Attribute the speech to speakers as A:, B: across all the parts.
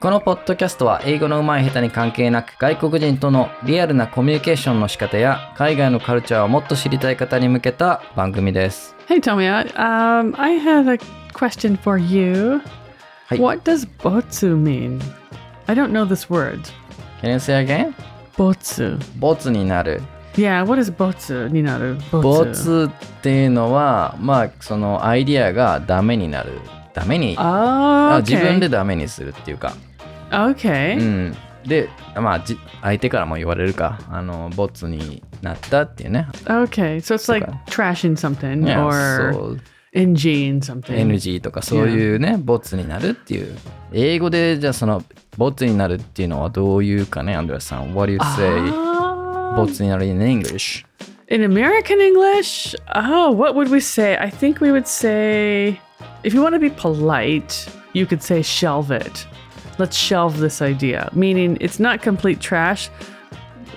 A: このポッドキャストは英語の上手い下手に関係なく外国人とのリアルなコミュニケーションの仕方や海外のカルチャーをもっと知りたい方に向けた番組です。
B: Hey, Tommy, I, um, I had a question for you.
A: Hi.
B: What does botsu mean? I don't know this word.
A: Can you say again?
B: Botsu.
A: ボツになる。
B: Yeah, what is botsu, Ninaru?
A: ボツっていうのは、まあ、そのアイディアがダメになる。ダメに。
B: Oh,
A: あ自分で
B: okay.
A: ダメにするっていうか。う
B: Okay.
A: ん。で、まあ、じ相手からも言われるか。あの、ボツになったっていうね。
B: Okay. So it's like
A: Okay.
B: trashing something
A: ね
B: or
A: そう
B: NGing something.
A: NG とかそういうね、ボツになるっていう。英語でじゃあそのボツになるっていうのはどういうかね、アンドレアさん。What do you say?
B: Ah.
A: ボツになる in English?
B: In American English, oh, what would we say? I think we would say, if you want to be polite, you could say shelve it. Let's shelve this idea, meaning it's not complete trash.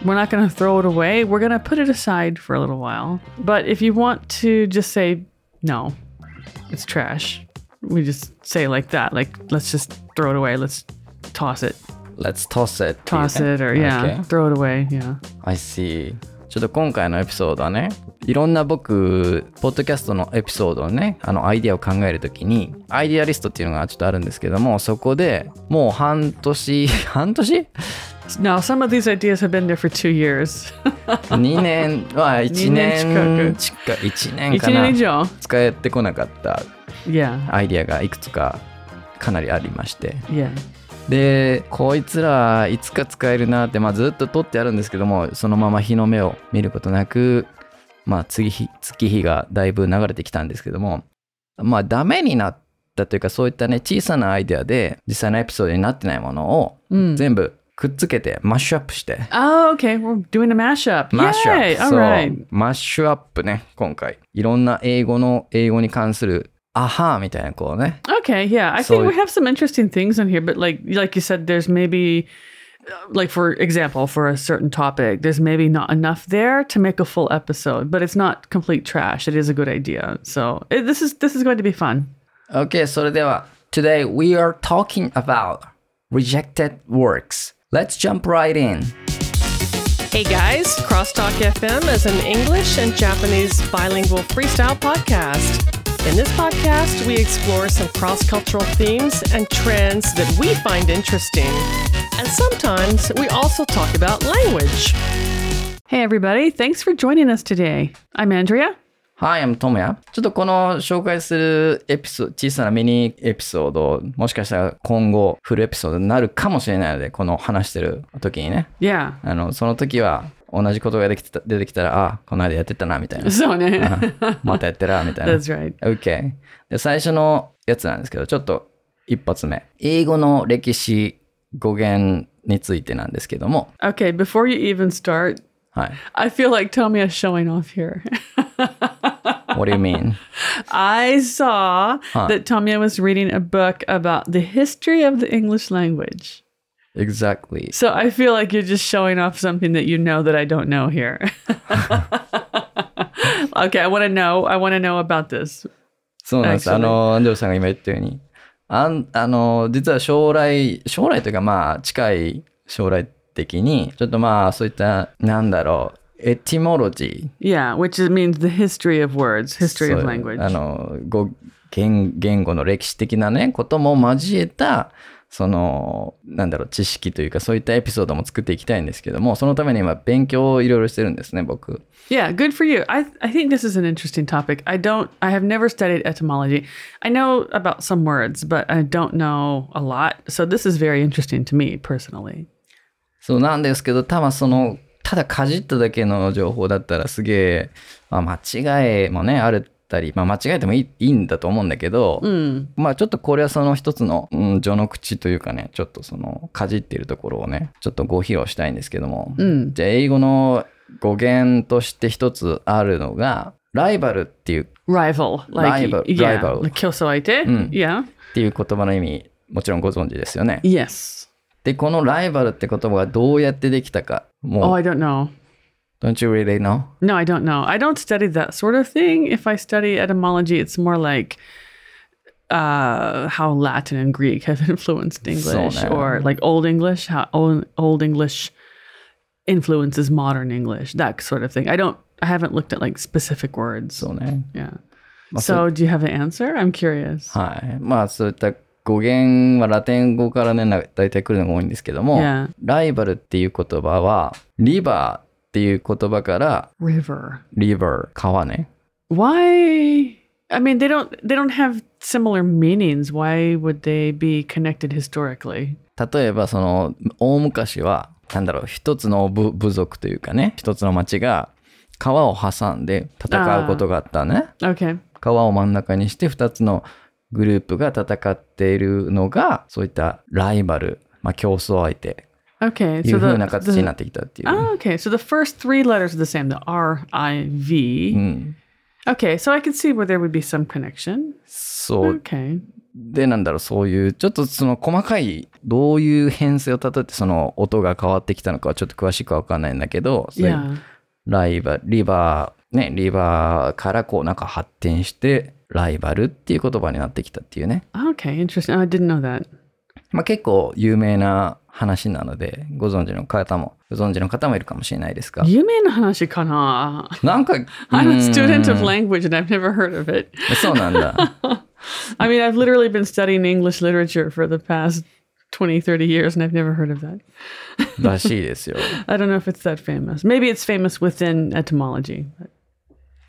B: We're not going to throw it away. We're going to put it aside for a little while. But if you want to just say, no, it's trash, we just say like that, like, let's just throw it away. Let's toss it,
A: Let's toss it. っていうね
B: toss it, or yeah,
A: Okay.
B: throw it away. Yeah.
A: I see. ちょっと今回のエピソードはね、いろんな僕、ポッドキャストのエピソードのね、あのアイディアを考えるときに、アイディアリストっていうのがちょっとあるんですけども、そこでもう半年、半年
B: Now, some of these ideas have been there for two years.
A: 2年は1年近く1年かな
B: 1年以上
A: 使えてこなかった
B: Yeah.
A: アイディアがいくつかかなりありまして
B: Yeah.
A: でこいつらいつか使えるなって、まあ、ずっと取ってあるんですけどもそのまま日の目を見ることなく、まあ、次日月日がだいぶ流れてきたんですけどもまあダメになったというかそういったね小さなアイディアで実際のエピソードになってないものを
B: Mm.
A: 全部くっつけてマッシュアップして
B: Oh, okay. We're doing a mashup.
A: マッシュアッ
B: Yay!
A: プ。
B: All right.
A: そう。マッシュアップね、今回。いろんな英語の、英語に関する、アハーみたいな、こうね。
B: Okay. Yeah. I
A: So
B: think we
A: it-
B: have some interesting things on here, but like like you said, there's maybe uh, like for example for a certain topic there's maybe not enough there to make a full episode but it's not complete trash it is a good idea so it, this is this is going to be fun
A: OK, それでは、Today we are talking about rejected works. Let's jump right in.
C: Hey guys, Crosstalk FM is an English and Japanese bilingual freestyle podcast. In this podcast, we explore some cross cultural themes and trends that we find interesting. And sometimes we also talk about language.
B: hey everybody thanks for joining us today i'm andrea
A: Hi, I'm Tomoya. ちょっとこの紹介するエピソード、小さなミニエピソード、もしかしたら今後フルエピソードになるかもしれないので、この話してる時にね。
B: yeah
A: あの、その時は、同じことができてた出てきたら、あ、この間やってたな、みたい な。
B: so yeah.
A: またやってら、みたいな。
B: that's right
A: OK。で、最初のやつなんですけど、ちょっと一発目。英語の歴史、語源についてなんですけども、
B: okay before you even start
A: はい。
B: I feel like Tommy is showing off here.
A: What do you mean?
B: I saw that Tommy was reading a book about the history of the English language.
A: exactly.
B: So I feel like you're just showing off something that you know that I don't know here. okay, I want to know. I want to know about this.
A: そうなんです。
B: Actually.
A: あの、安城さんが今言ったように。あんあの、実は将来、将来というかまあ、近い将来的に、ちょっとまあ、そういった、なんだろう、エティモロジー。
B: Yeah, which is, means the history of words, history
A: そ
B: of
A: う
B: language.
A: あの語言言語の歴史的なねことも交えたそのなんだろう知識というかそういったエピソードも作っていきたいんですけどもそのために今勉強をいろいろしてるんですね僕
B: Yeah, good for you. I I think this is an interesting topic. I don't I have never studied etymology. I know about some words, but I don't know a lot. So this is very interesting to me personally.
A: そうなんですけどただそのただかじっただけの情報だったらすげえ、まあ、間違いもねあるったり、まあ、間違えてもいいいいんだと思うんだけど、まあちょっとこれはその一つの、うん、序の口というかねちょっとそのかじっているところをねちょっとご披露したいんですけども、じゃあ英語の語源として一つあるのがライバルっていう
B: Rival, like
A: Rival,
B: yeah,
A: rival. Hmm.
B: like kyosoite. Yeah.
A: っていう言葉の意味もちろんご存知ですよね。
B: Yes.
A: でこのライバルって言葉がどうやってできたか
B: Oh,
A: もう
B: I don't know.
A: Don't you really know?
B: No, I don't know. I don't study that sort of thing. If I study etymology, it's more like uh, how Latin and Greek have influenced English,
A: now.
B: or like Old English, how old, old English influences modern English, that sort of thing. I don't, I haven't looked at like specific words.
A: そうね。
B: yeah.
A: Must
B: So, do you have an answer? I'm curious.
A: はい。まあそういった語源はラテン語からね、な大体来るのが多いんですけども、
B: Yeah.
A: ライバルっていう言葉は、リバーっていう言葉から、
B: River.
A: リバー、川ね。
B: Why? I mean, they don't they don't have similar meanings. Why would they be connected historically?
A: 例えばその、大昔は、なんだろう、一つの部部族というかね、一つの町が川を挟んで戦うことがあったね。
B: Okay.
A: 川を真ん中にして2つのグループが戦っているのがそういったライバル、まあ、競争相手
B: Okay.
A: いう風な
B: the-
A: 形になってきたっていうね、
B: Oh, okay. So the first three letters are the same, the R I V.
A: うん、
B: Okay, so I could see where there would be some connection.
A: そう、
B: Okay.
A: でなんだろうそういうちょっとその細かいどういう編成をたどってその音が変わってきたのかはちょっと詳しくは分かんないんだけどそういう
B: Yeah.
A: ライバルリバーねリバーからこうなんか発展してライバルっていう言葉になってきたっていうね、
B: Okay, interesting. Oh, I didn't know that.
A: まあ、結構有名な話なのでご存知の方もご存知の方もいるかもしれないですが
B: You mean Hanashikana?
A: なんか、
B: I'm a student
A: う
B: of
A: ーん
B: language and I've never heard of it.
A: そうなんだ。
B: I mean, I've literally been studying English literature for the past 20, 30 years, and I've never heard of that.
A: らしいですよ。
B: I don't know if it's that famous. Maybe it's famous within etymology.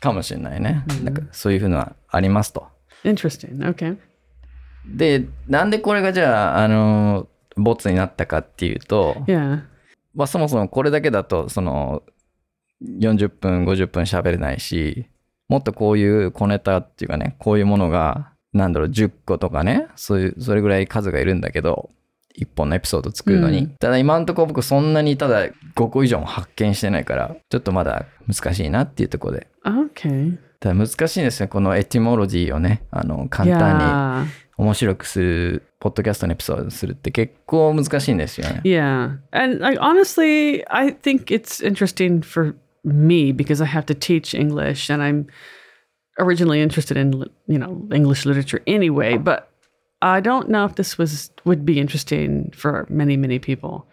A: かもしれないね。なんかそういうふうなありますと。
B: Interesting. Okay.
A: で、なんでこれがじゃあ、あの、ボツになったかっていうと、
B: Yeah.
A: まあ、そもそもこれだけだと、その、40分、50分喋れないし、もっとこういう小ネタっていうかね、こういうものが、なんだろう、10個とかね、そういう、それぐらい数がいるんだけど、1本のエピソード作るのに。
B: うん
A: ただ今のところ僕そんなにただ5個以上も発見してないから、ちょっとまだ難しいなっていうところで。
B: Okay.
A: ただ難しいんですよ、このエティモロジーをね、あの、簡単に
B: Yeah.
A: 面白くする、ポッドキャストのエピソードにするって結構難しいんですよね。
B: Yeah. And like honestly, I think it's interesting for me because I have to teach English and I'm originally interested in li- you know English literature anyway, but I don't know if this was would be interesting for many many people.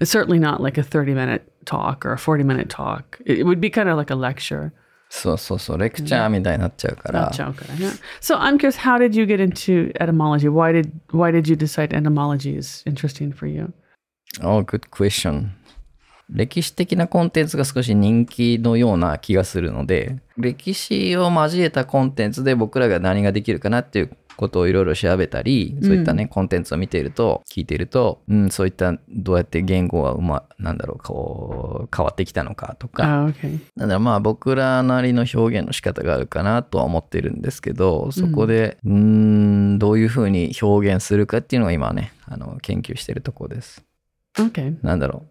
B: It's certainly not like a 30 minute talk or a 40 minute talk. It it would be kind of like a lecture.
A: そうそうそう、レクチャーみたいになっちゃうから。
B: Joker, yeah. So I'm curious, how did you get into etymology? Why did why did you decide etymology is interesting for you?
A: Oh, good question. 歴史的なコンテンツが少し人気のような気がするので、歴史を交えたコンテンツで僕らが何ができるかなっていうことをいろいろ調べたり、そういったね、コンテンツを見ていると、聞いていると、うん、そういったどうやって言語はうま、なんだろう、こう、変わってきたのかとか、
B: Oh, okay.
A: なんだろうまあ僕らなりの表現の仕方があるかなとは思ってるんですけど、そこで、うーん、どういうふうに表現するかっていうのが今ね、あの、研究しているところです。
B: Okay.
A: なんだろう。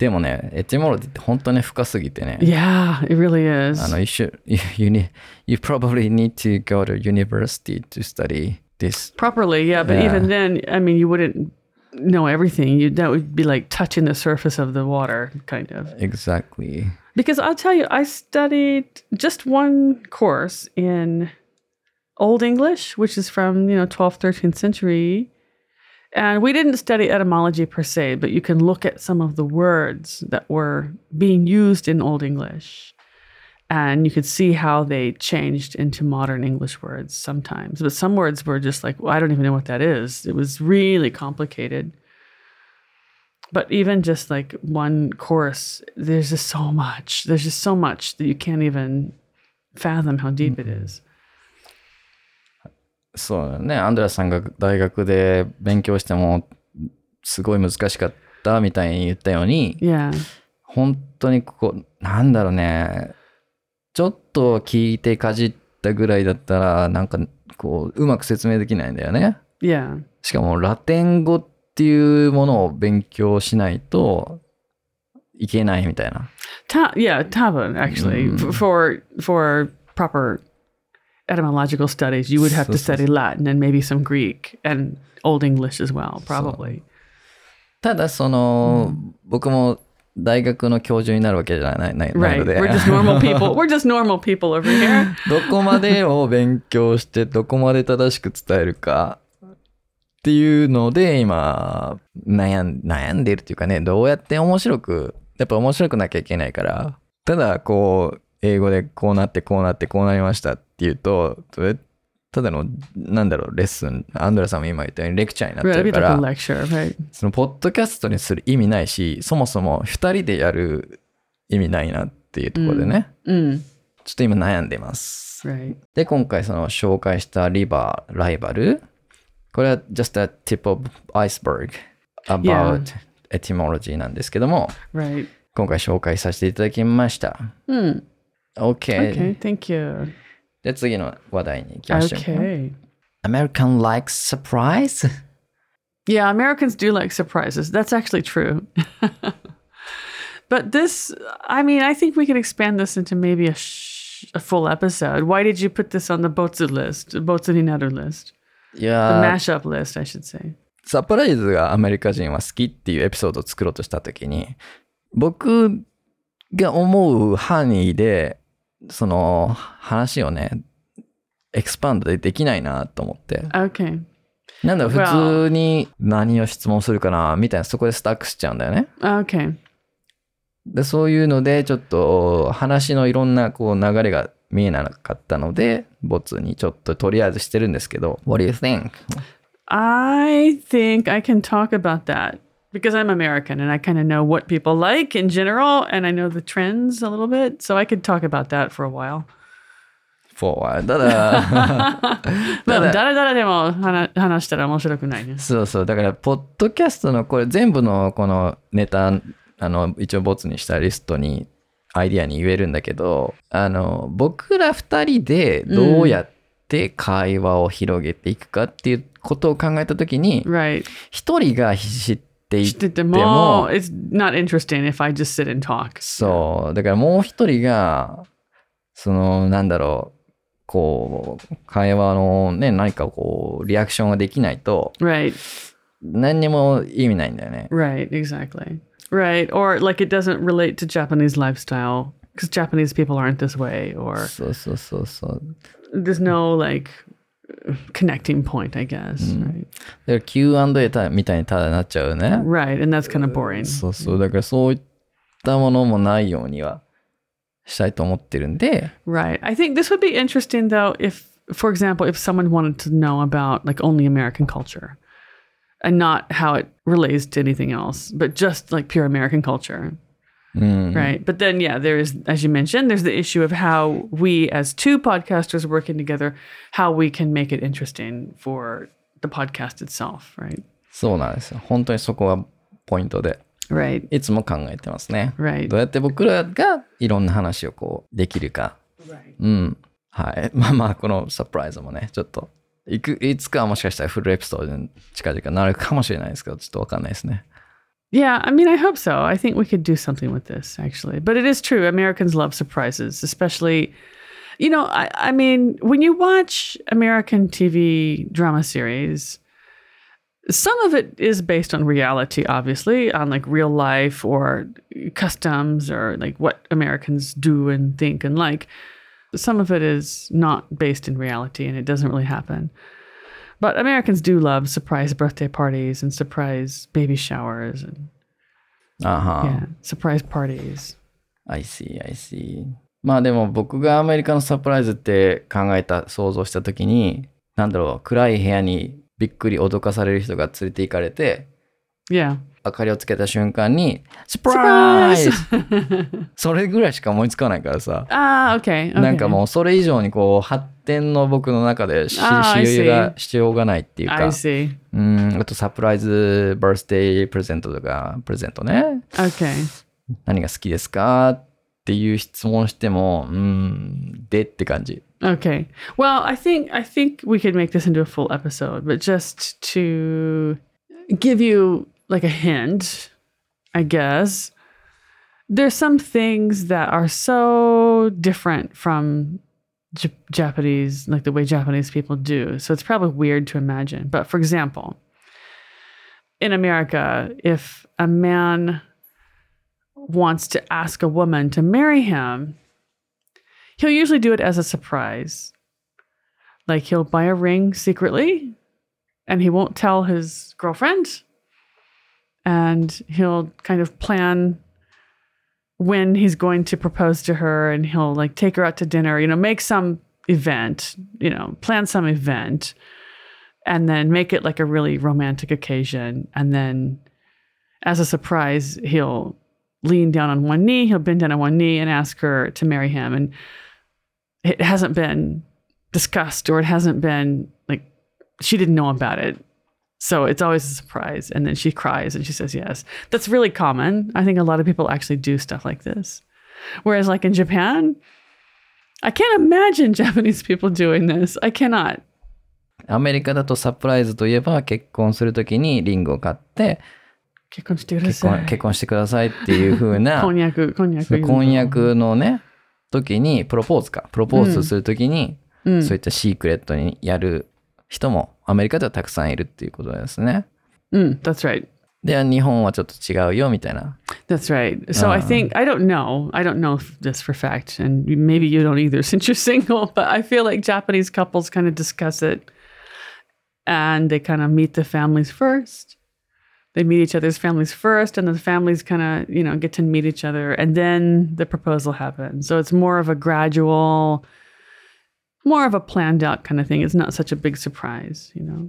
A: でもね、エティモロジーって本当ね、深すぎてね。
B: Yeah, it really is.
A: あの、you should, you, you, need, you probably need to go to university to study this.
B: Properly, yeah, but
A: Yeah.
B: even then, I mean, you wouldn't know everything. You that would be like touching the surface of the water, kind of.
A: Exactly.
B: Because I'll tell you, I studied just one course in Old English, which is from, you know, 12th, 13th century. And we didn't study etymology per se, but you can look at some of the words that were being used in Old English. And you could see how they changed into modern English words sometimes. But some words were just like, well, I don't even know what that is. It was really complicated but even just like one course there's just so much there's just so much that you can't even fathom how deep it is
A: そうだね。アンドラさんが大学で勉強しても、すごい難しかったみたいに言ったように、
B: yeah
A: 本当にここ、なんだろうね。ちょっと聞いてかじったぐらいだったら、なんかこう、うまく説明できないんだよね。
B: yeah
A: しかもラテン語っていうものを勉強しないといけないみたいな。
B: Ta- yeah tabun actually F- for for proper etymological studies you would have
A: So-
B: to
A: so-
B: study latin and maybe some greek and old english as well probably
A: ただその、僕も大学の教授になるわけじゃないないな
B: Right.
A: ので
B: We're just normal people. We're just normal people over here.
A: どこまでを勉強してどこまで正しく伝えるかっていうので今悩ん悩んでるっていうかねどうやって面白くやっぱ面白くなきゃいけないからただこう英語でこうなってこうなってこうなりましたっていうとそれただのなんだろうレッスンアンドラさんも今言ったようにレクチャーになっ
B: Right,
A: て
B: it'd be
A: るか
B: like a
A: ら
B: lecture, right?
A: そのポッドキャストにする意味ないしそもそも2人でやる意味ないなっていうところでね、
B: Mm,
A: ちょっと今悩んでます。
B: right.
A: で、今回その紹介したリバー、ライバル。これは just a tip of iceberg about etymology なんですけども、
B: Right.
A: 今回紹介させていただきました。
B: Mm,
A: OK。
B: okay, thank you.
A: で、次の話題に行きましょう。
B: Okay.
A: American likes surprise?
B: Yeah, Americans do like surprises. That's actually true. but this, I mean, I think we could expand this into maybe a, sh- a full episode. Why did you put this on the Botsu list, Botsuninado list,
A: い
B: the
A: やー、
B: mashup list, I should say?
A: サプライズがアメリカ人は好きっていうエピソードを作ろうとしたときに、僕が思う範囲で、その話をね、エクスパンドでできないなと思って。
B: Okay.
A: なんだろう
B: Well-
A: 普通に何を質問するかなみたいなそこでスタックしちゃうんだよね。
B: Okay.
A: でそういうのでちょっと話のいろんなこう流れが見えなかったのでボツにちょっととりあえずしてるんですけど What do you think?
B: I think I can talk about that because I'm American and I kind of know what people like in general and I know the trends a little bit. So I could talk about that for a while.
A: for ただ
B: But
A: ただ
B: 誰々でも話話したら面白くないね。
A: そうそうだからポッドキャストのこれ全部のこのネタあの一応ボツにしたリストにアイディアに言えるんだけどあの僕ら2人でどうやって会話を広げていくかっていうことを考えた時に、
B: Right.
A: 一人が知っていても
B: 知ってても、it's not interesting if I just sit and talk.
A: そうだからもう一人がそのなんだろうこう会話のね何かこうリアクションができないと
B: Right.
A: 何にも意味ないんだよね
B: Right. Exactly. Right. Or like it doesn't relate to Japanese lifestyle because Japanese people aren't this way or
A: そうそうそうそう
B: there's no like connecting point, I guess. Right.
A: だから Q&A たみたいにただなっちゃうよね
B: Right, and that's kind of boring.
A: そうそうだからそういったものもないようにはしたいと思ってるんで
B: Right. I think this would be interesting though if for example, if someone wanted to know about like only American culture and not how it relates to anything else, but just like pure American culture.
A: うん、
B: Right. But then yeah, there is as you mentioned, there's the issue of how we as two podcasters working together, how we can make it interesting for the podcast itself, right?
A: そうなんですよ本当にそこはポイントで
B: Right.
A: いつも考えてますね。
B: Right.
A: どうやって僕らがいろんな話をこうできるか。
B: Right.
A: うん。はい。 まあまあ、このサプライズもね、ちょっと、いくいつかはもしかしたらフルエピソードに近々なるかもしれないですけど、ちょっとわかんないですね。
B: Yeah, I mean, I hope so. I think we could do something with this, actually. But it is true. Americans love surprises, especially, you know, I, I mean, when you watch American TV drama series, some of it is based on reality, obviously, on like real life or customs or like what Americans do and think and like. Some of it is not based in reality and it doesn't really happen. But Americans do love surprise birthday parties and surprise baby showers and
A: あは。
B: yeah, surprise parties.
A: I see, I see. まあでも僕がアメリカのサプライズって考えた、想像した時に、なんだろう、暗い部屋にびっくり脅かされる人が連れて行かれて、
B: Yeah.
A: 明かりをつけた瞬間に、サプライズ それぐらいしか思いつかないからさ。
B: ah, okay, okay.
A: なんかもうそれ以上にこう発展の僕の中でししよ
B: あー
A: うがしようがないっていうか
B: I see.
A: うんあとサプライズバースデープレゼントとかプレゼントね
B: Okay.
A: 何が好きですかっていう質問してもうんでって感じ
B: Okay. Well, I think I think we could make this into a full episode, but just to give you like a hint, I guess. There's some things that are so different from J- Japanese, like the way Japanese people do. So it's probably weird to imagine. But for example, in America, if a man wants to ask a woman to marry him, he'll usually do it as a surprise. Like he'll buy a ring secretly and he won't tell his girlfriend. And he'll kind of plan when he's going to propose to her and he'll like take her out to dinner, you know, make some event, you know, plan some event and then make it like a really romantic occasion. And then as a surprise, he'll lean down on one knee, he'll bend down on one knee and ask her to marry him. And it hasn't been discussed or it hasn't been like she didn't know about it. So it's always a surprise. And then she cries and she says yes. That's really common. I think a lot of people actually do stuff like this. Whereas, like in Japan, I can't imagine Japanese people doing this. I cannot.
A: アメリカだとサプライズといえば結婚するときにリンゴを買って
B: 結婚してくだ
A: 結
B: さ
A: 婚
B: い。
A: 結婚してくださいっていう風な
B: 婚約、婚約指輪。
A: 婚約のね時にプロポーズかプロポーズするときに、
B: うん
A: そういったシークレットにやる人もアメリカではたくさんいるっていうことですね。
B: Mm, that's right.
A: で日本はちょっと違うよみたいな。
B: That's right. So I
A: Uh.
B: think I don't know. I don't know f- this for fact, and maybe you don't either since you're single. But I feel like Japanese couples kind of discuss it, and they kind of meet the families first. They meet each other's families first, and the families kind of you know get to meet each other, and then the proposal happens. So it's more of a gradual, more of a planned out kind of thing. It's not such a big surprise, you know.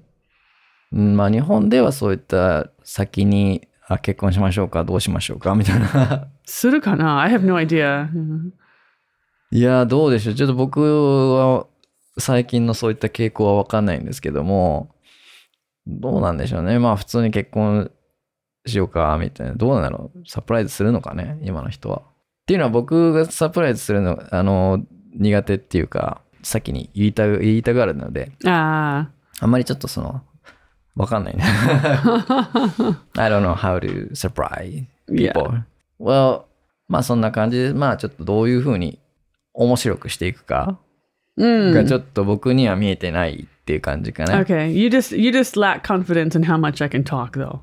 A: うんまあ日本ではそういった先にあ結婚しましょうかどうしましょうかみたいな。
B: Surukana, I have no idea.
A: いやーどうでしょうちょっと僕は最近のそういった傾向は分かんないんですけどもどうなんでしょうねまあ普通に結婚しようかみたいなどうなのサプライズするのかね今の人は。っていうのは僕がサプライズするのあの苦手っていうか先に言いた言いたがるので
B: Ah.
A: あんまりちょっとその分かん ないね。I don't know how to surprise
B: Yeah.
A: people. Well まあそんな感じでまあちょっとどういうふうに面白くしていくか。
B: Mm.
A: がちょっと僕には見えてないっていう感じかな。
B: Okay, you just you just lack confidence in how much I can talk, though.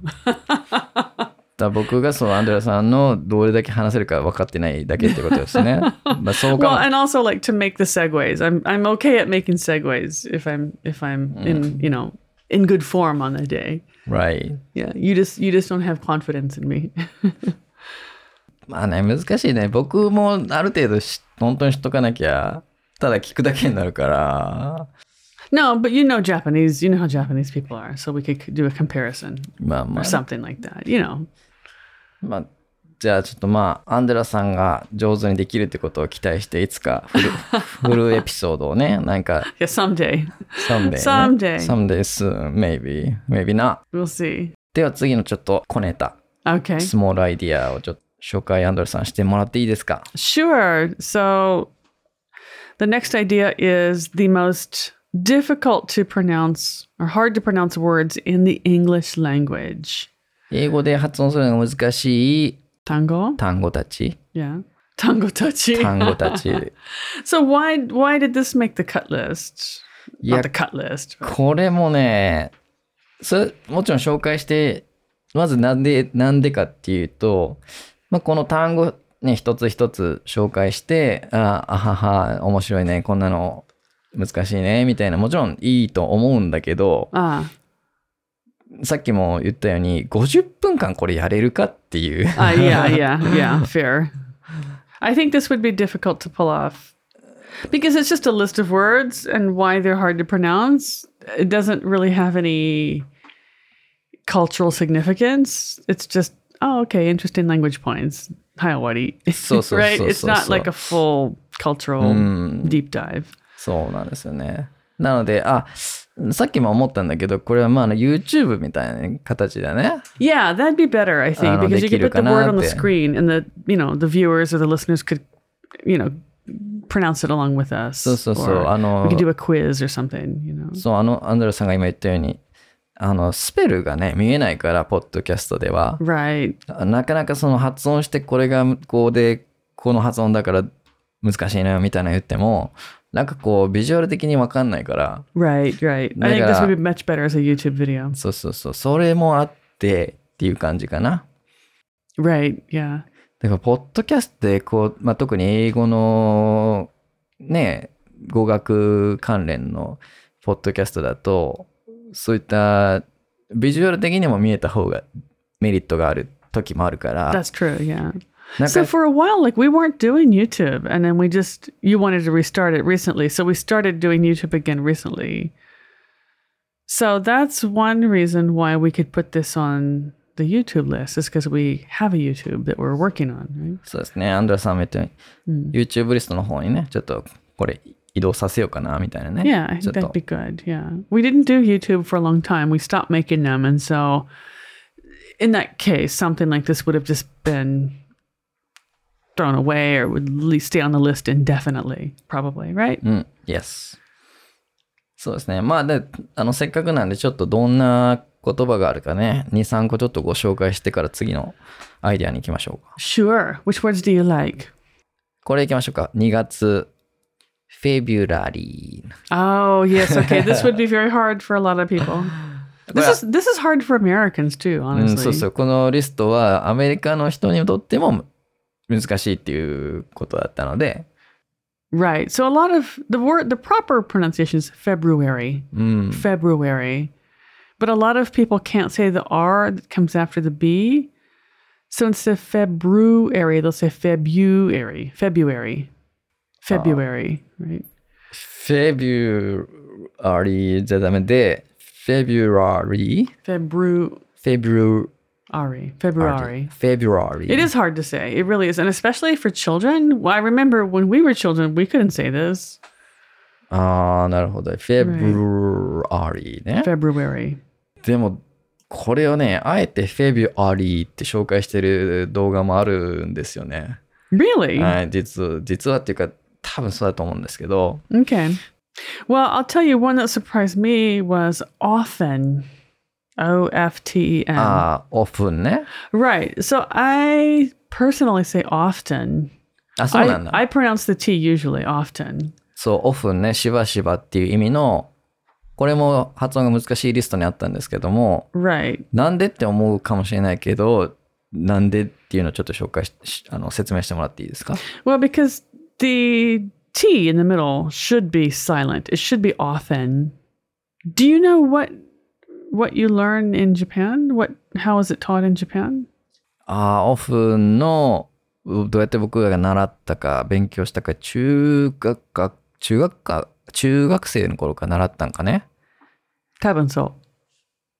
A: だ僕がそのアンドレさんのどれだけ話せるか分かってないだけってことです ね。まあそうか
B: Well,
A: も。
B: and also like to make the segues. I'm I'm okay at making segues if I'm if I'm in you know in good form on the day.
A: right.
B: Yeah, you just you just don't have confidence in me.
A: まあね、難しいね。僕もある程度し本当に知っとかなきゃ、ただ聞くだけになるから、
B: no, but you know Japanese. You know how Japanese people are, so we could c- do a comparison
A: まあま
B: or
A: あ、
B: something like that. You know.
A: まあ、じゃあちょっとまあ、アンデラさんが上手にできるってことを期待して、いつかフルフルエピソードをね、なんか、
B: Yeah, someday
A: someday ね、
B: Someday
A: someday soon, maybe, maybe not.
B: we'll see.
A: では次のちょっと小ネタ。
B: Okay.
A: スモールアイディアをちょっと紹介アンドレさんしてもらっていいですか
B: Sure. So the next idea is the most difficult to pronounce or hard to pronounce words in the English language.
A: 英語で発音するのが難しい
B: Tango?
A: 単語たち
B: Yeah. Tango touchy.
A: 単語たち
B: So why why did this make the cut list?
A: いや
B: Not the cut list. but-
A: これもねそれもちろん紹介してまずなんでなんでかっていうと、まあ、この単語ね一つ一つ紹介してああはは面白いねこんなの難しいねみたいなもちろんいいと思うんだけど
B: Ah,
A: さっきも言ったように50分間これやれるかっていう
B: Ah, yeah, yeah, yeah, fair. I think this would be difficult to pull off because it's just a list of words and why they're hard to pronounce. It doesn't really have any cultural significance. It's just, oh, okay, interesting language points. Hiawati.
A: So, so,
B: right?
A: so,
B: it's
A: so, Hmm.
B: not
A: so.
B: like a full cultural deep dive.
A: そうなんですよね。なので、あ、さっきも思ったんだけど、これはまああの YouTube みたいな形だね。
B: Yeah, that'd be better, I think,
A: Ah, no,
B: because
A: で
B: you could put the
A: きるかな
B: word on the
A: って。
B: screen and the you know the viewers or the listeners could you know pronounce it along with us.
A: そうそうそう
B: or
A: あの
B: we could do a quiz or something, you know.
A: そう、あの、アンドレさんが今言ったように、あの、スペルがね、見えないから、ポッドキャストでは。
B: Right.
A: なかなかその発音して、これがこうで、この発音だから難しいのよみたいな言っても、なんかこう、ビジュアル的にわかんないから、
B: Right, right. I think this would be much better as a YouTube video.
A: そうそうそう、それもあってっていう感じかな。
B: Right, yeah.
A: だやっぱポッドキャストってこう、まあ、特に英語のね語学関連のポッドキャストだとそういったビジュアル的にも見えた方がメリットがある時もあるからなんか
B: That's true. Yeah. So for a while, like we weren't doing YouTube, and then we just you wanted to restart it recently, so we started doing YouTube again recently. So that's one reason why we could put this on the YouTube list is because we have a YouTube that we're working on.
A: そうですねアンドラさんも言ったように YouTube リストの方にねちょっとこれ移動させようかなみたいなね
B: Right? Yeah, I
A: ちょ
B: think
A: っと
B: that'd be good. Yeah, we didn't do YouTube for a long time. We stopped making them, and so in that case, something like this would have just been thrown away or would at least stay on the list indefinitely, probably. Right?
A: うん、Yes。そうですね。まあ、で、あの、せっかくなんで、ちょっとどんな言葉があるかね、2、3個ちょっとご紹介してから次のアイデアに行きましょうか。
B: Sure. Which words do you like?
A: これ行きましょうか。2月、フェビュラリー。
B: Oh yes, okay. this would be very hard for a lot of people. This is this is hard for Americans too,
A: う
B: honestly.
A: ん、そうそう。このリストはアメリカの人にとっても難しいっていうことだったので、
B: Right. So a lot of the word the proper pronunciation is February.
A: うん、
B: February. But a lot of people can't say the R that comes after the B. So instead of February, they'll say February. February. February. Right.
A: フェビュラリーじゃダメで、フェビュラリー
B: February.
A: フェビュラリー。
B: February.
A: フェビュラリー。
B: It is hard to say. It really is. And especially for children. Well, I remember when we were children, we couldn't say this.
A: ああ、なるほど。February ね。
B: February.
A: でも、これをね、あえて February って紹介してる動画もあるんですよね。
B: Really?
A: はい、実は、実はっていうか、多分そうだと思うんですけど、
B: Okay. Well, I'll tell you one that surprised me was often. O F T E N.
A: ああ、often ね。
B: Right. So I personally say often.
A: あ、そうなん
B: I,
A: だ。
B: I pronounce the T usually often.
A: そう、often ね、しばしばっていう意味の、これも発音が難しいリストにあったんですけども、
B: Right.
A: なんでって思うかもしれないけど、なんでっていうのをちょっと紹介し、しあの説明してもらっていいですか
B: Well, because the T in the middle should be silent. It should be often. Do you know what what you learn in Japan? What how is it taught in Japan?
A: ああ、オフの、うどうやって僕らが習ったか、勉強したか、中学か、中学か、中学生の頃か習ったんかね。
B: 多分そう。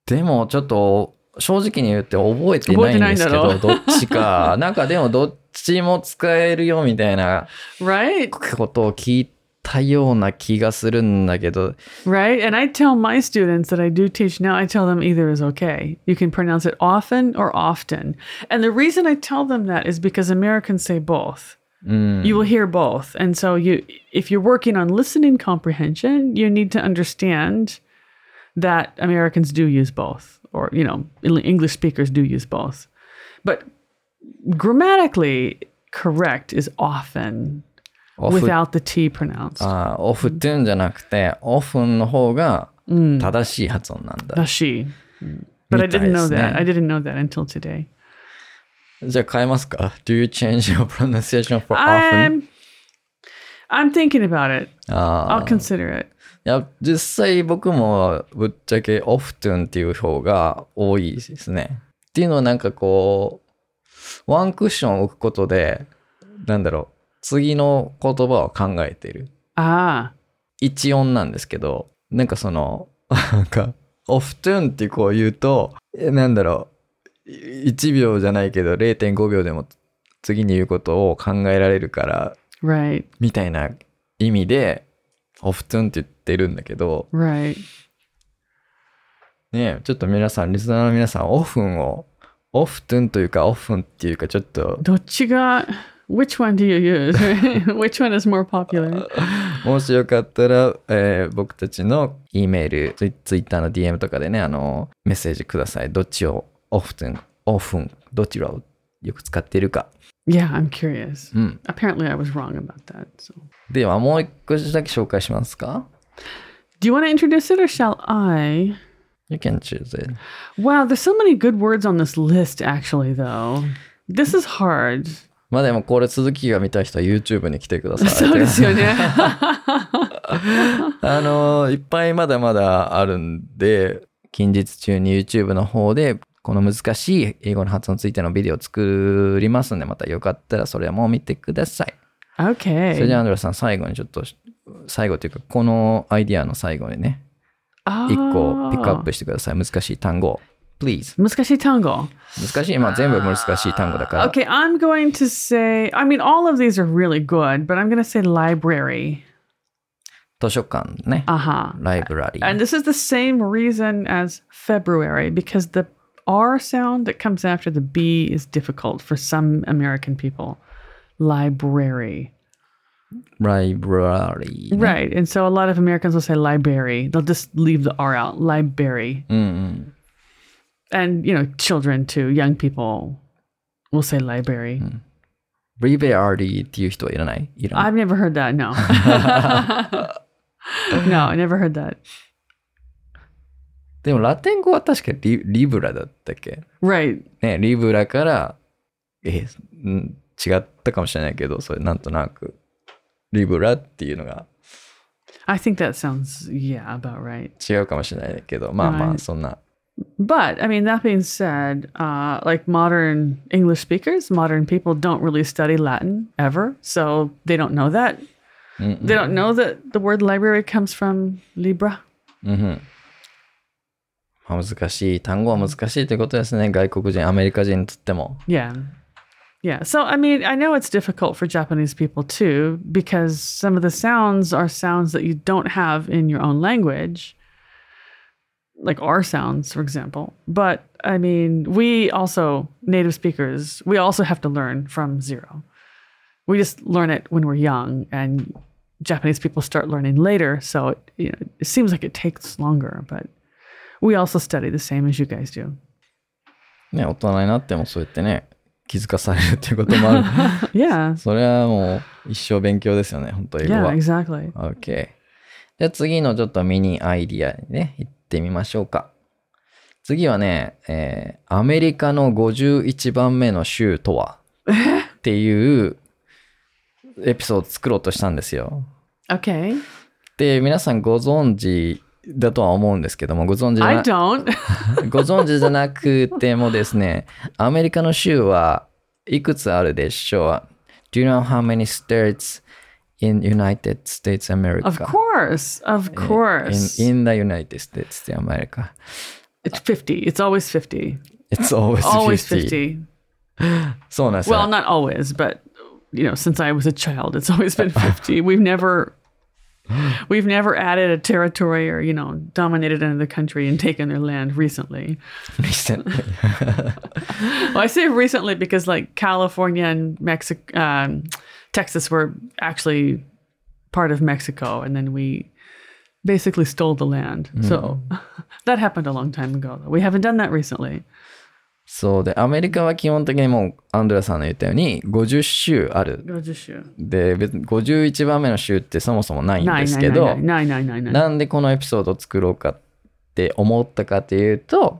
A: でも、ちょっと、正直に言って覚えてな
B: 覚え
A: い
B: て
A: ん
B: な
A: で
B: いん
A: す
B: だ
A: け
B: ろ
A: ど、どっちか。 なんかでも、どっちも使えるよみたいな
B: Right?
A: ことを聞いたような気がするんだけど、
B: Right? And I tell my students that I do teach now, I tell them either is okay. You can pronounce it often or often. And the reason I tell them that is because Americans say both.
A: うん。
B: You will hear both. And so you if you're working on listening comprehension, you need to understand that Americans do use both or you know, Eng- English speakers do use both. But grammatically correct is often
A: オフ、
B: without the t pronounced.
A: あーオフっていうんじゃなくて、オフの方が正しい発音なんだ。
B: Dashi. But I
A: み
B: didn't know that.
A: たいですね。
B: I didn't know that until today.
A: じゃあ変えますか ?Do you change your pronunciation for often?
B: I'm I'm thinking about it.
A: あ
B: I'll
A: あ。
B: consider
A: い
B: it.
A: や、実際僕もぶっちゃけ often っていう方が多いですね。っていうのはなんかこう、ワンクッション置くことで、なんだろう、次の言葉を考えてる。
B: Ah.
A: 一音なんですけど、なんかその、なんか、often ってこう言うと、えなんだろう、い1秒じゃないけど0.5秒でも次に言うことを考えられるから、
B: Right.
A: みたいな意味で、オフトゥンって言ってるんだけど、
B: Right.
A: ねえちょっと皆さん、リスナーの皆さん、オフンを、オフトゥンというか、オフンっていうか、ちょっ と、
B: Dochiga which one do you use? which one is more popular?
A: もしよかったら、えー僕たちの E メール、ツイツイッターの DM とかでね、あの、メッセージください。どっちを、オフトゥン、オフン、どちらをよく使っているか。
B: Yeah, I'm curious.
A: うん。
B: Apparently I was wrong about that. So
A: では、もう一個だけ紹介しますか
B: do you want to introduce it or shall I?
A: ?You can choose it.
B: Wow, there's so many good words on this list actually though. This is hard.
A: まあでもこれ続きが見たい人は YouTube に来てください。
B: そうですよね。
A: あのーいっぱいまだまだあるんで、近日中に YouTube の方で、この難しい英語の発音についてのビデオを作りますんで、またよかったらそれも見てください。それ
B: okay.
A: じゃあ、アンドレさん、最後にちょっと、最後というか、このアイディアの最後にね、
B: Ah.
A: 一個ピックアップしてください。難しい単語。please。
B: Muskashi tango.
A: 難しい、まあ全部難しい単語だから。
B: Okay, I'm going to say, I mean, all of these are really good, but I'm going to say library.
A: 図書館ね。
B: Uh huh.
A: ライブラリー。
B: And this is the same reason as February because the R sound that comes after the B is difficult for some American people. Library.
A: ライブラリー。
B: Right. And so a lot of Americans will say library. They'll just leave the R out. Library.
A: うんうん。
B: And, you know, children too, young people will say library.
A: リベアリーっていう人はいらないいらない。
B: I've never heard that. No. no, I never heard that.
A: でもラテン語は確かリリブラだったっけ
B: Right.
A: ね、リブラから、えーん違ったかもしれないけど、それなんとなく、リブラっていうのが
B: I think that sounds, yeah, about right.
A: 違うかもしれないけど、まあま
B: は
A: あ、
B: い
A: そんな。
B: But I mean, that being said, uh, like modern English speakers, modern people don't really study Latin ever, so they don't know that. They don't know that the word library comes from libra.
A: まあ難しい。単語は難しいということですね。外国人、アメリカ人にとっても。
B: Yeah. Yeah. So, I mean, I know it's difficult for Japanese people too, because some of the sounds are sounds that you don't have in your own language, like R sounds, for example. But I mean, we also, native speakers, we also have to learn from zero. We just learn it when we're young, and Japanese people start learning later. So, it, you know, it seems like it takes longer, but we also study the same as you guys do.
A: ね、大人になってもそうやってね、気づかされるっていうこと もある。
B: Yeah.
A: それはもう一生勉強ですよね、本当英語
B: Yeah,
A: は。
B: exactly.
A: OK。じゃあ次のちょっとミニアイディアにね、行ってみましょうか。次はね、えーアメリカの51番目の州とはっていうエピソードを作ろうとしたんですよ。
B: Okay.
A: で、皆さんご存知だとは思うんですけども、ご存知じゃ
B: I
A: な
B: don't.
A: ご存知じゃなくてもですね、アメリカの州はいくつあるでしょう ?Do you know how many states in United States America?
B: Of course. Of course.
A: In, in the United States of America.
B: it's 50. It's always 50.
A: It's always,
B: Always
A: 50.
B: 50.
A: そうなんですよ。
B: Well, not always, but you know, since I was a child, it's always been 50. We've never We've never added a territory or, you know, dominated another country and taken their land recently.
A: Recently.
B: Well, I say recently because like California and Mexico, um, Texas were actually part of Mexico, and then we basically stole the land. So that happened a long time ago. Though. We haven't done that recently.
A: そうで、アメリカは基本的にもう、アンドレアさんの言ったように、50州ある。
B: Go just shoot.
A: で、別に51番目の州ってそもそもないん
B: Nine,
A: ですけ
B: nine,
A: ど、
B: nine, nine, nine, nine, nine.
A: なんでこのエピソードを作ろうかって思ったかというと、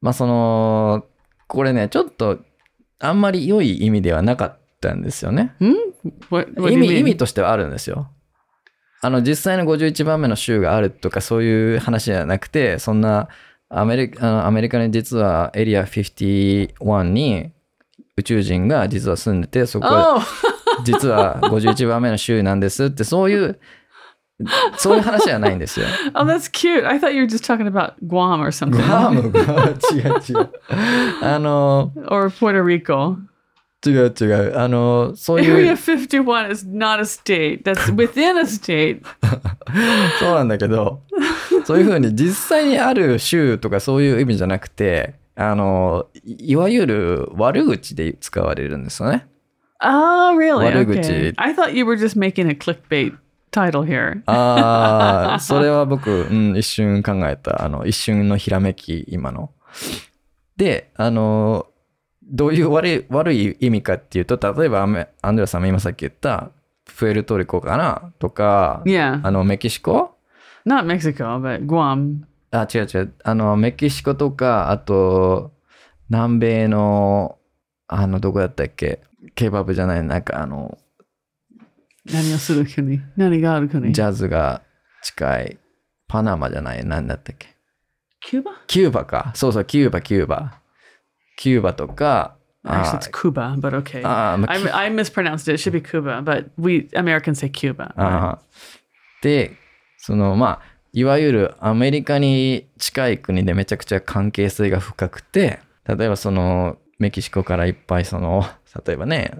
A: まあその、これね、ちょっとあんまり良い意味ではなかったんですよね。
B: What, what
A: 意
B: do you
A: 味、意
B: mean?
A: 味としてはあるんですよ。あの、実際の51番目の州があるとかそういう話じゃなくて、そんなアメリカ、あのアメリカに実はエリア51に宇宙人が実は住んでて、そこは
B: Oh,
A: 実は51番目の州なんですって、そういう、そういう話じゃないんですよ。
B: oh, that's cute. I thought you were just talking about Guam or something,
A: ハムが違う違う。あの、
B: or Puerto Rico.
A: 違う違う。あの、そうい
B: Area
A: う、
B: 51 is not a state. That's within a state.
A: そうなんだけど、そういうふうに実際にある州とかそういう意味じゃなくて、あの、いいわゆる悪口で使われるんですよね。
B: Oh, really?
A: Wadaguchi.
B: Okay. I thought you were just making a clickbait title here.
A: ああ、それは僕、うん、一瞬考えた。あの、一瞬のひらめき、今の。で、あの、どういう悪い悪い意味かっていうと、例えばアメ、アンドレアさんも今さっき言った、プエルトリコかなとか、
B: Yeah.
A: あの、メキシコ
B: Not Mexico, but Guam.
A: あ、違う違う。あの、メキシコとか、あと、南米のあの、どこだったっけケバブじゃない、なんかあの、
B: 何をする国何がある国
A: ジャズが近い、パナマじゃない、なんだったっけ
B: キューバ
A: キューバか。そうそう、キューバ、キューバ。キューバとか、
B: Actually,
A: あ
B: it's Cuba, but okay.
A: あー、まあ
B: I, I mispronounced it. It should be Cuba, but we Americans say Cuba.
A: あーでそのまあいわゆるアメリカに近い国でめちゃくちゃ関係性が深くて例えばそのメキシコからいっぱいその例えばね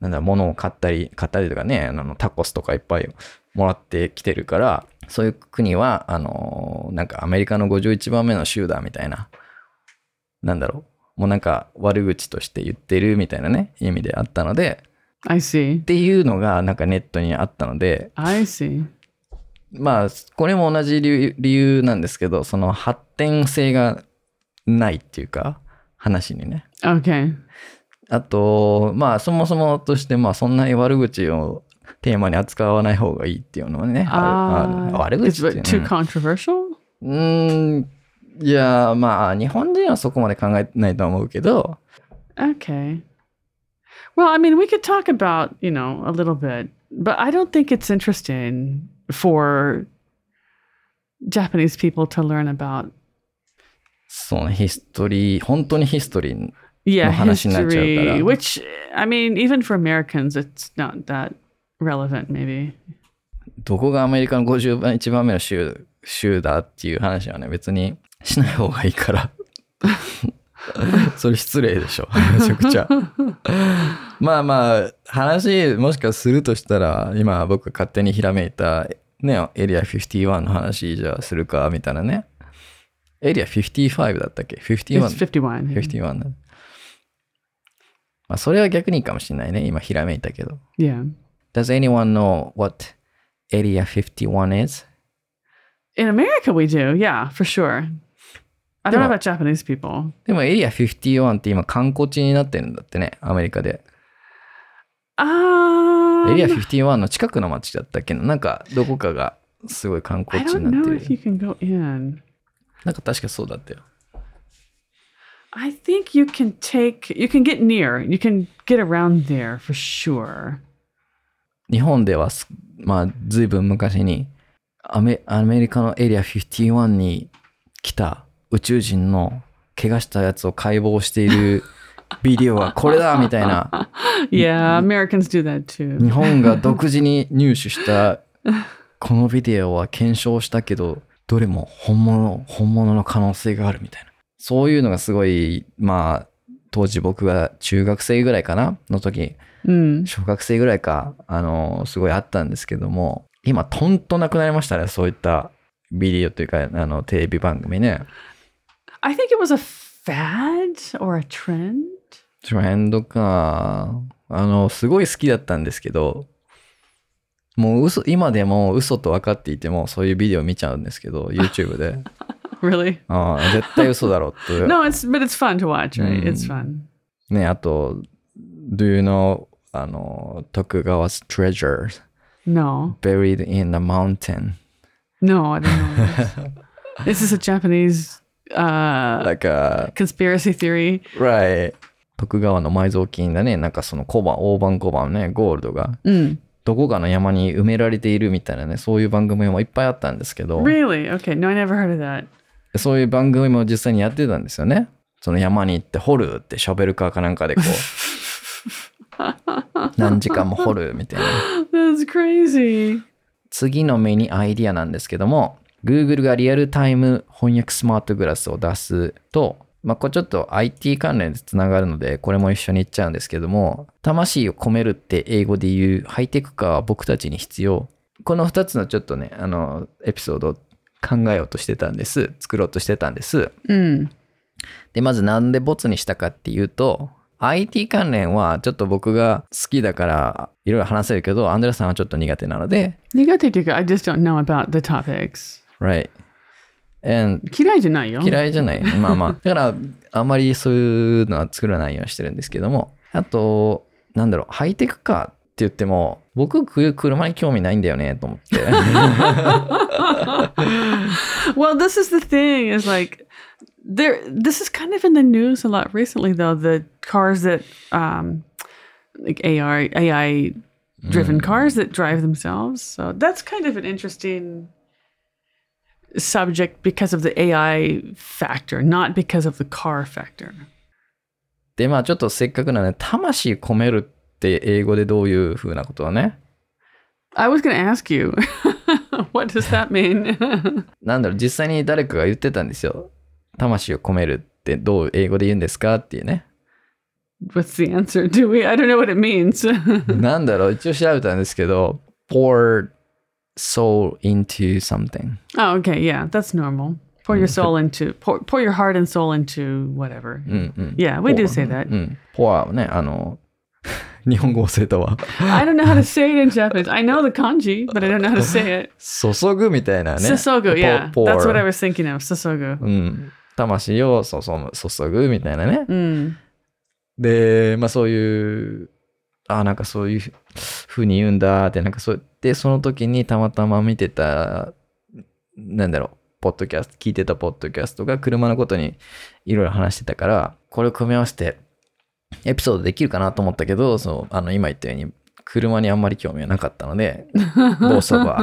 A: なんだ物を買ったり買ったりとかねあのタコスとかいっぱいもらってきてるからそういう国はあのなんかアメリカの51番目の州だみたいななんだろうもうなんか悪口として言ってるみたいなね意味であったので
B: I see.
A: っていうのがなんかネットにあったので
B: I see.
A: まあこれも同じ理由理由なんですけどその発展性がないっていうか話にね
B: Okay.
A: あとまあそもそもとしてまあそんなに悪口をテーマに扱わない方がいいっていうのはねあるあ
B: Uh,
A: る悪
B: it's
A: 口
B: a
A: ってい
B: bit
A: う
B: too
A: の
B: controversial.
A: うんうーんいやまあ日本人はそこまで考えてないと思うけど
B: Okay. Well, I mean, we could talk about, you know, a little bit, but I don't think it's interesting for Japanese people to learn about
A: そのヒストリー本当にヒストリー
B: yeah,
A: の話になっちゃうから。
B: history, which I mean, even for Americans, it's not that relevant maybe.
A: どこがアメリカの51番目の州州だっていう話はね別にしない方がいいから それ失礼でしょ めちゃくちゃまあまあ話もしかするとしたら今僕が勝手にひらめいたねエリア51の話じゃあするかみたいなねエリア55だったっけ
B: It's
A: 51
B: 51.
A: 51だ、まあ、それは逆にいいかもしれないね今ひらめいたけど
B: Yeah.
A: Does anyone know what Area 51 is?
B: In America, we do. Yeah, for sure. I don't know
A: Yeah.
B: about Japanese people.
A: でも Area 51って今観光地になってるんだってね、アメリカで。
B: Um,
A: エリア51の近くの町だったっけななんかどこかがすごい観
B: I
A: 光地
B: don't
A: になっ
B: know
A: て
B: if you
A: る。
B: can go in.
A: なんか確かそうだったよ。
B: I think you can take, you can get near, you can get around there for sure.
A: 日本ではす、まあ随分昔にアメアメリカのエリア51に来た宇宙人の怪我したやつを解剖しているビデオはこれだみたいな。
B: Yeah, Americans do that too.
A: 日本が独自に入手したこのビデオは検証したけどどれも本物本物の可能性があるみたいなそういうのがすごいまあ当時僕が中学生ぐらいかなの時
B: Mm.
A: 小学生ぐらいかあのすごいあったんですけども今とんとなくなりましたねそういったビデオというかあのテレビ番組ね
B: I think it was a fad or a trend.
A: トレンドか。あの、すごい好きだったんですけど、もう嘘、今でも嘘と分かっていても、そういうビデオ見ちゃうんですけど、YouTube で。
B: Really?
A: ああ、絶対嘘だろって。
B: No, it's but it's fun to watch, right? It's
A: Mm.
B: fun.
A: ね、あと、Do you know, あの、徳川 's treasure
B: No,
A: buried in the mountain?
B: no, I don't know. this. this is a Japanese uh,
A: Like a,
B: conspiracy theory.
A: right. 徳川の埋蔵金だね、なんかその小判、大判小判ね、ゴールドが、
B: Mm.
A: どこかの山に埋められているみたいなね、そういう番組もいっぱいあったんですけど。
B: Really? Okay. No, I never heard of that.
A: そういう番組も実際にやってたんですよね。その山に行って掘るってショベルカーかなんかでこう何時間も掘るみたいな。
B: That's crazy.
A: 次の目にアイディアなんですけども Google がリアルタイム翻訳スマートグラスを出すとまあこれちょっと IT 関連でつながるのでこれも一緒に言っちゃうんですけども魂を込めるって英語で言うハイテクカーは僕たちに必要この2つのちょっとねあのエピソードを考えようとしてたんです作ろうとしてたんです
B: Mm.
A: で、まずなんでボツにしたかっていうと、IT 関連はちょっと僕が好きだからいろいろ話せるけど、アンドレさんはちょっと苦手なので、
B: You got to do good. I just don't know about the topics.
A: right. And
B: 嫌いじゃないよ。
A: 嫌いじゃない。まあまあ。だから、あまりそういうのは作らないようにしてるんですけども。あと、なんだろう、ハイテクかって言っても、僕、こういう車に興味ないんだよね、と思って。
B: Well, this is the thing is like there this is kind of in the news a lot recently though the cars that um like ai ai driven cars that drive themselves so that's kind of an interesting subject because of the ai factor not because of the car factor
A: で、まあちょっとせっかくなので、魂込めるって英語でどういうふうなことをね、
B: i was going to ask you what does that mean
A: なんだろう、実際に誰かが言ってたんですよ。魂を込めるってどう英語で言うんですかっていう ね。
B: what's the answer do we i don't know what it means
A: なんだろう、一応調べたんですけど、pour soul into something。
B: Oh, okay. Yeah, that's normal. Pour your soul into pour, pour your heart and soul into whatever.
A: うんうん。
B: Yeah, we do say that.
A: うん。pour ね、あの、 日本語忘れたわ。
B: I don't know how to say it in Japanese. I know the kanji, but I don't know how to say it.
A: 注ぐみたいなね。
B: Sosogu, yeah.
A: pour- Mm, pour
B: That's what I was thinking of. Sosogu.
A: うん。魂を注ぐ、注ぐみたいなね。
B: Mm.
A: で、まあそういう、あなんかそういうふうに言うんだって、なんかそう、で、その時にたまたま見てた、なんだろう、ポッドキャスト、聞いてたポッドキャストが車のことにいろいろ話してたから、これを組み合わせてエピソードできるかなと思ったけど、そう、あの、今言ったように、車にあんまり興味がなかったので、暴走は。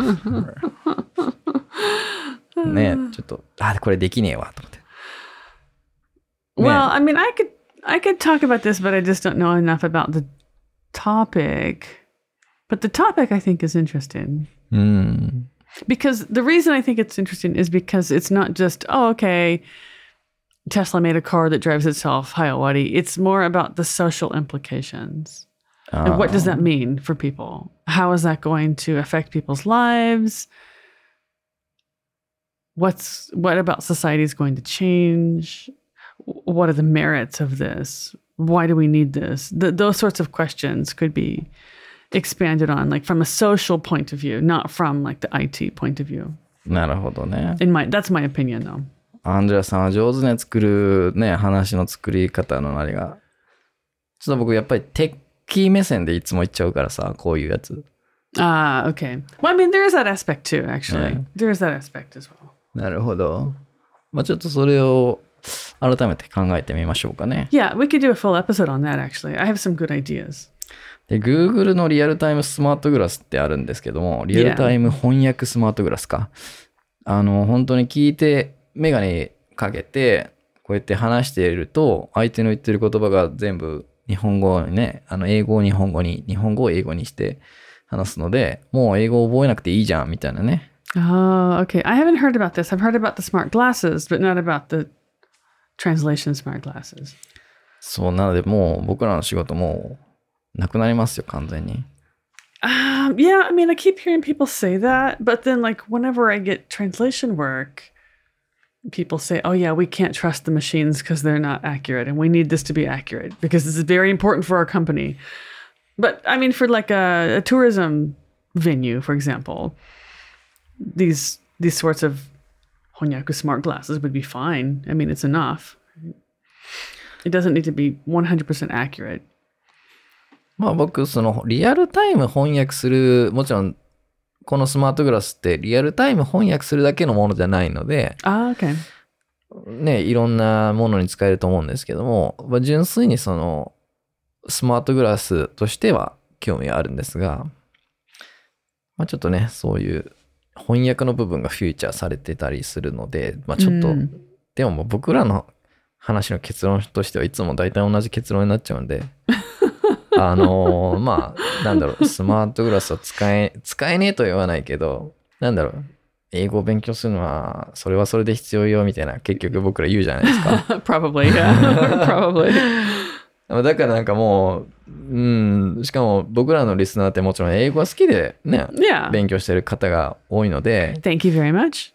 A: ねちょっと、あ、これできねえわ、と思って。
B: Well,
A: Man.
B: I mean, I could I could talk about this, but I just don't know enough about the topic. But the topic I think is interesting.
A: うん。
B: because the reason I think it's interesting is because it's not just oh okay, Tesla made a car that drives itself, Hayawadi. It's more about the social implications and what does that mean for people. How is that going to affect people's lives? What's what about society is going to change? Wh- What are the merits of this? Why do we need this? Th- those sorts of questions could be expanded on like from a social point of view not from like the IT point of view
A: なるほどね。
B: in my that's my opinion though
A: アンジェラさんは上手ね作るね話の作り方のあれがちょっと僕やっぱりテッキー目線でいつも言っちゃうからさこういうやつ
B: ah okay well I mean there is that aspect too actually
A: Yeah.
B: there is that aspect as well
A: なるほどまあちょっとそれを改めて考えてみましょうかね
B: yeah we could do a full episode on that actually I have some good ideas
A: で Google のリアルタイムスマートグラスってあるんですけどもリアルタイム翻訳スマートグラスかあの本当に聞いて眼鏡かけてこうやって話していると相手の言ってる言葉が全部日本語にねあの英語を日本語に日本語を英語にして話すのでもう英語を覚えなくていいじゃんみたいなね
B: oh okay I haven't heard about this I've heard about the smart glasses but not about the translation smart glasses
A: そうなのでもう僕らの仕事もうなくなりますよ完全に
B: Um, yeah, I mean, I keep hearing people say that, but then, like, whenever I get translation work, people say, oh, yeah, we can't trust the machines because they're not accurate, and we need this to be accurate because this is very important for our company. But I mean, for like a, a tourism venue, for example, these these sorts of Honyaku smart glasses would be fine. I mean, it's enough. It doesn't need to be 100% accurate.
A: まあ僕、そのリアルタイム翻訳する、もちろんこのスマートグラスってリアルタイム翻訳するだけのものじゃないので、
B: Ah, okay.
A: ね、いろんなものに使えると思うんですけども、まあ、純粋にそのスマートグラスとしては興味があるんですが、まあちょっとね、そういう翻訳の部分がフューチャーされてたりするので、まあちょっと、
B: うん
A: でももう僕らの話の結論としてはいつも大体同じ結論になっちゃうん で、あのーまあなんだろう、スマートグラスを使え、使えねえとは言わないけど、なんだろう、英語を勉強するのは、それはそれで必要よ、みたいな、結局僕ら言うじゃないです か。
B: Probably, yeah. Probably.
A: だからなんかもう、うん、しかも僕らのリスナーってもちろん英語が好きでね、
B: Yeah.
A: 勉強してる方が多いので、
B: Thank you very much.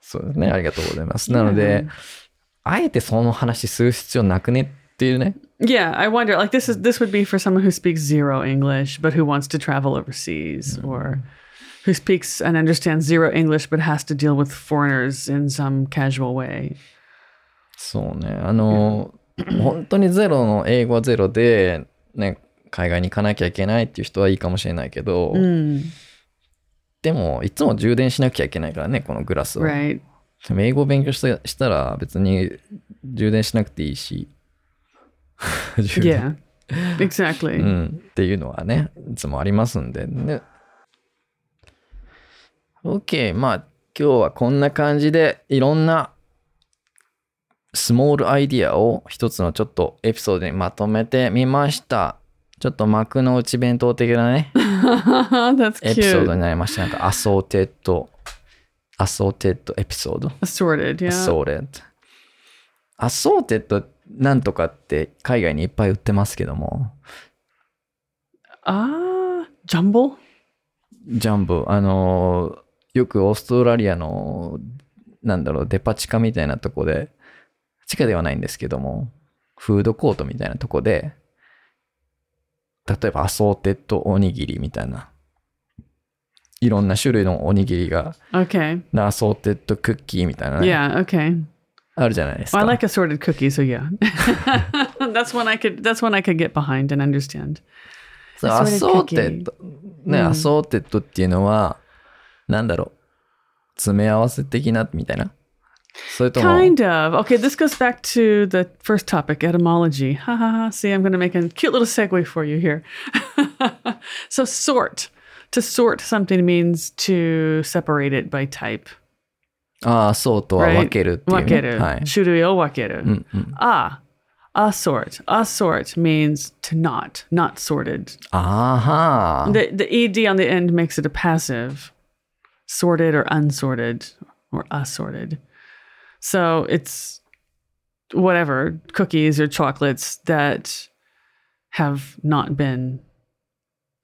A: そうですね、ありがとうございます。なので、あえてその話する必要なくねっていうね、
B: Yeah, I wonder like this is this would be for someone who speaks zero English but who wants to travel overseas or who speaks and understands zero English but has to deal with foreigners in some casual way.
A: そうね、あの、本当にゼロの英語はゼロで、ね、海外に行かなきゃいけないっていう人はいいかもしれないけど、
B: Mm,
A: でもいつも充電しなきゃいけないからね、このグラスを。
B: right.
A: でも英語を勉強したしたら別に充電しなくていいし 充電
B: Yeah. Exactly.
A: うん、っていうのはね、いつもありますんでね。OK、まあ今日はこんな感じでいろんなスモールアイディアを一つのちょっとエピソードにまとめてみました。ちょっと幕の内弁当的なね、
B: That's
A: エピソード
B: cute.
A: になりました。なんかアソーテッド、アソーテッドエピソード。
B: Assorted, yeah.
A: アソーテッド。アソーテッドなんとかって海外にいっぱい売ってますけども。
B: Ah, jumble?
A: ジャンボ、あのーよくオーストラリアの、なんだろう、デパ地下みたいなとこで、地下ではないんですけども、フードコートみたいなとこで、例えばアソーテッドおにぎりみたいな、いろんな種類のおにぎりが、
B: Okay.
A: アソーテッドクッキーみたいなね、
B: Yeah, okay.
A: あるじゃないです
B: Well,
A: か。
B: I like assorted cookies, so yeah. that's one I could that's one I could get behind and understand.
A: そうア
B: assorted
A: ソーテッド、ね、
B: うん
A: アソーテッドっていうのは、なんだろう、詰め合わせ的な、みたいな。それとも、
B: Kind of. Okay, this goes back to the first topic, etymology. Ha ha ha. See, I'm going to make a cute little segue for you here. so, sort. To sort something means to separate it by type.
A: ああ、そうとは
B: Right?
A: 分けるっていう、ね。
B: wakeru.
A: はい。
B: Shurui o wakeru.
A: うんうん、
B: Ah. A sort. A sort means to not, not sorted.
A: あーはー。
B: The, the ed on the end makes it a passive, sorted or unsorted or assorted. So it's whatever cookies or chocolates that have not been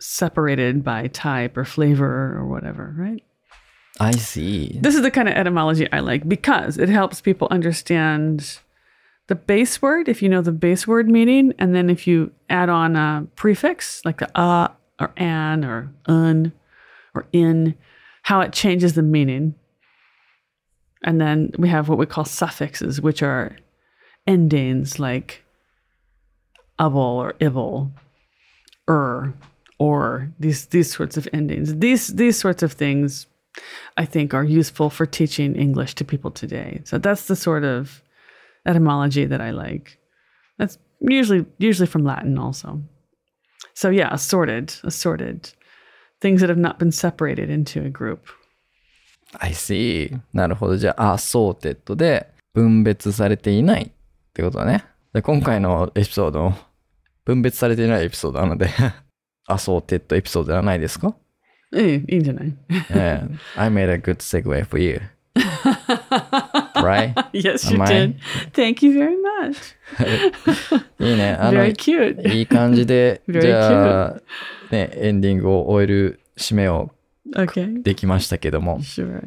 B: separated by type or flavor or whatever, right?
A: I see.
B: This is the kind of etymology I like because it helps people understand the base word if you know the base word meaning, and then if you add on a prefix like the uh or an or un or in, how it changes the meaning. And then we have what we call suffixes, which are endings like able or ible, er, or these these sorts of endings. These these sorts of things I think are useful for teaching English to people today. So that's the sort of etymology that I like. That's usually usually from Latin also. So yeah, assorted, assorted things that have not been separated into a group.
A: I see. なるほど。じゃあ、アソーテッドで分別されていないってことだね。で今回のエピソードも、分別されていないエピソードなので、 アソーテッドエピソードじゃないですか
B: Eh, いいんじゃない？
A: ええ I made a good segue for you. right?
B: yes, you
A: Am I?
B: did. Thank you very much.
A: いいね。あの、
B: Very cute.
A: いい感じで、
B: Very
A: じゃあ、ね、エンディングを終える締めを
B: Okay.
A: できましたけども。
B: Sure.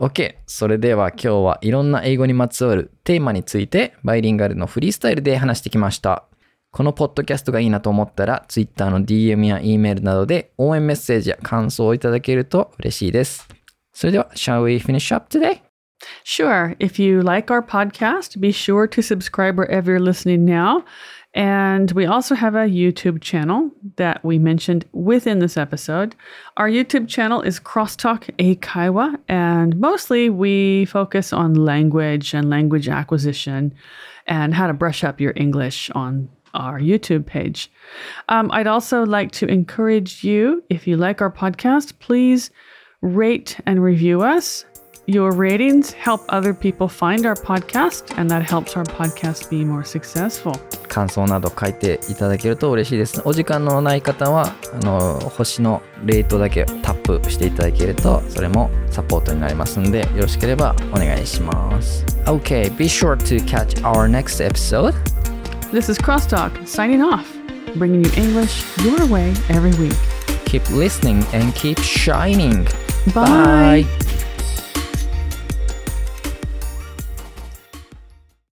A: OK それでは今日はいろんな英語にまつわるテーマについてバイリンガルのフリースタイルで話してきましたこのポッドキャストがいいなと思ったら Twitter の DM や E メールなどで応援メッセージや感想をいただけると嬉しいですそれでは Shall we finish up today?
B: Sure. If you like our podcast, be sure to subscribe wherever you're listening now. And we also have a YouTube channel that we mentioned within this episode. Our YouTube channel is Crosstalk Akaiwa, and mostly we focus on language and language acquisition and how to brush up your English on our YouTube page. Um, I'd also like to encourage you, if you like our podcast, please rate and review us. Your ratings help other people find our podcast, and that helps our podcast be more successful.
A: 感想など書いていただけると嬉しいですお時間のない方はあの星のレートだけタップしていただけるとそれもサポートになりますのでよろしければお願いします OK be sure to catch our next episode
B: This is Crosstalk signing off, bringing you English your way every week.
A: keep listening and keep shining
B: Bye.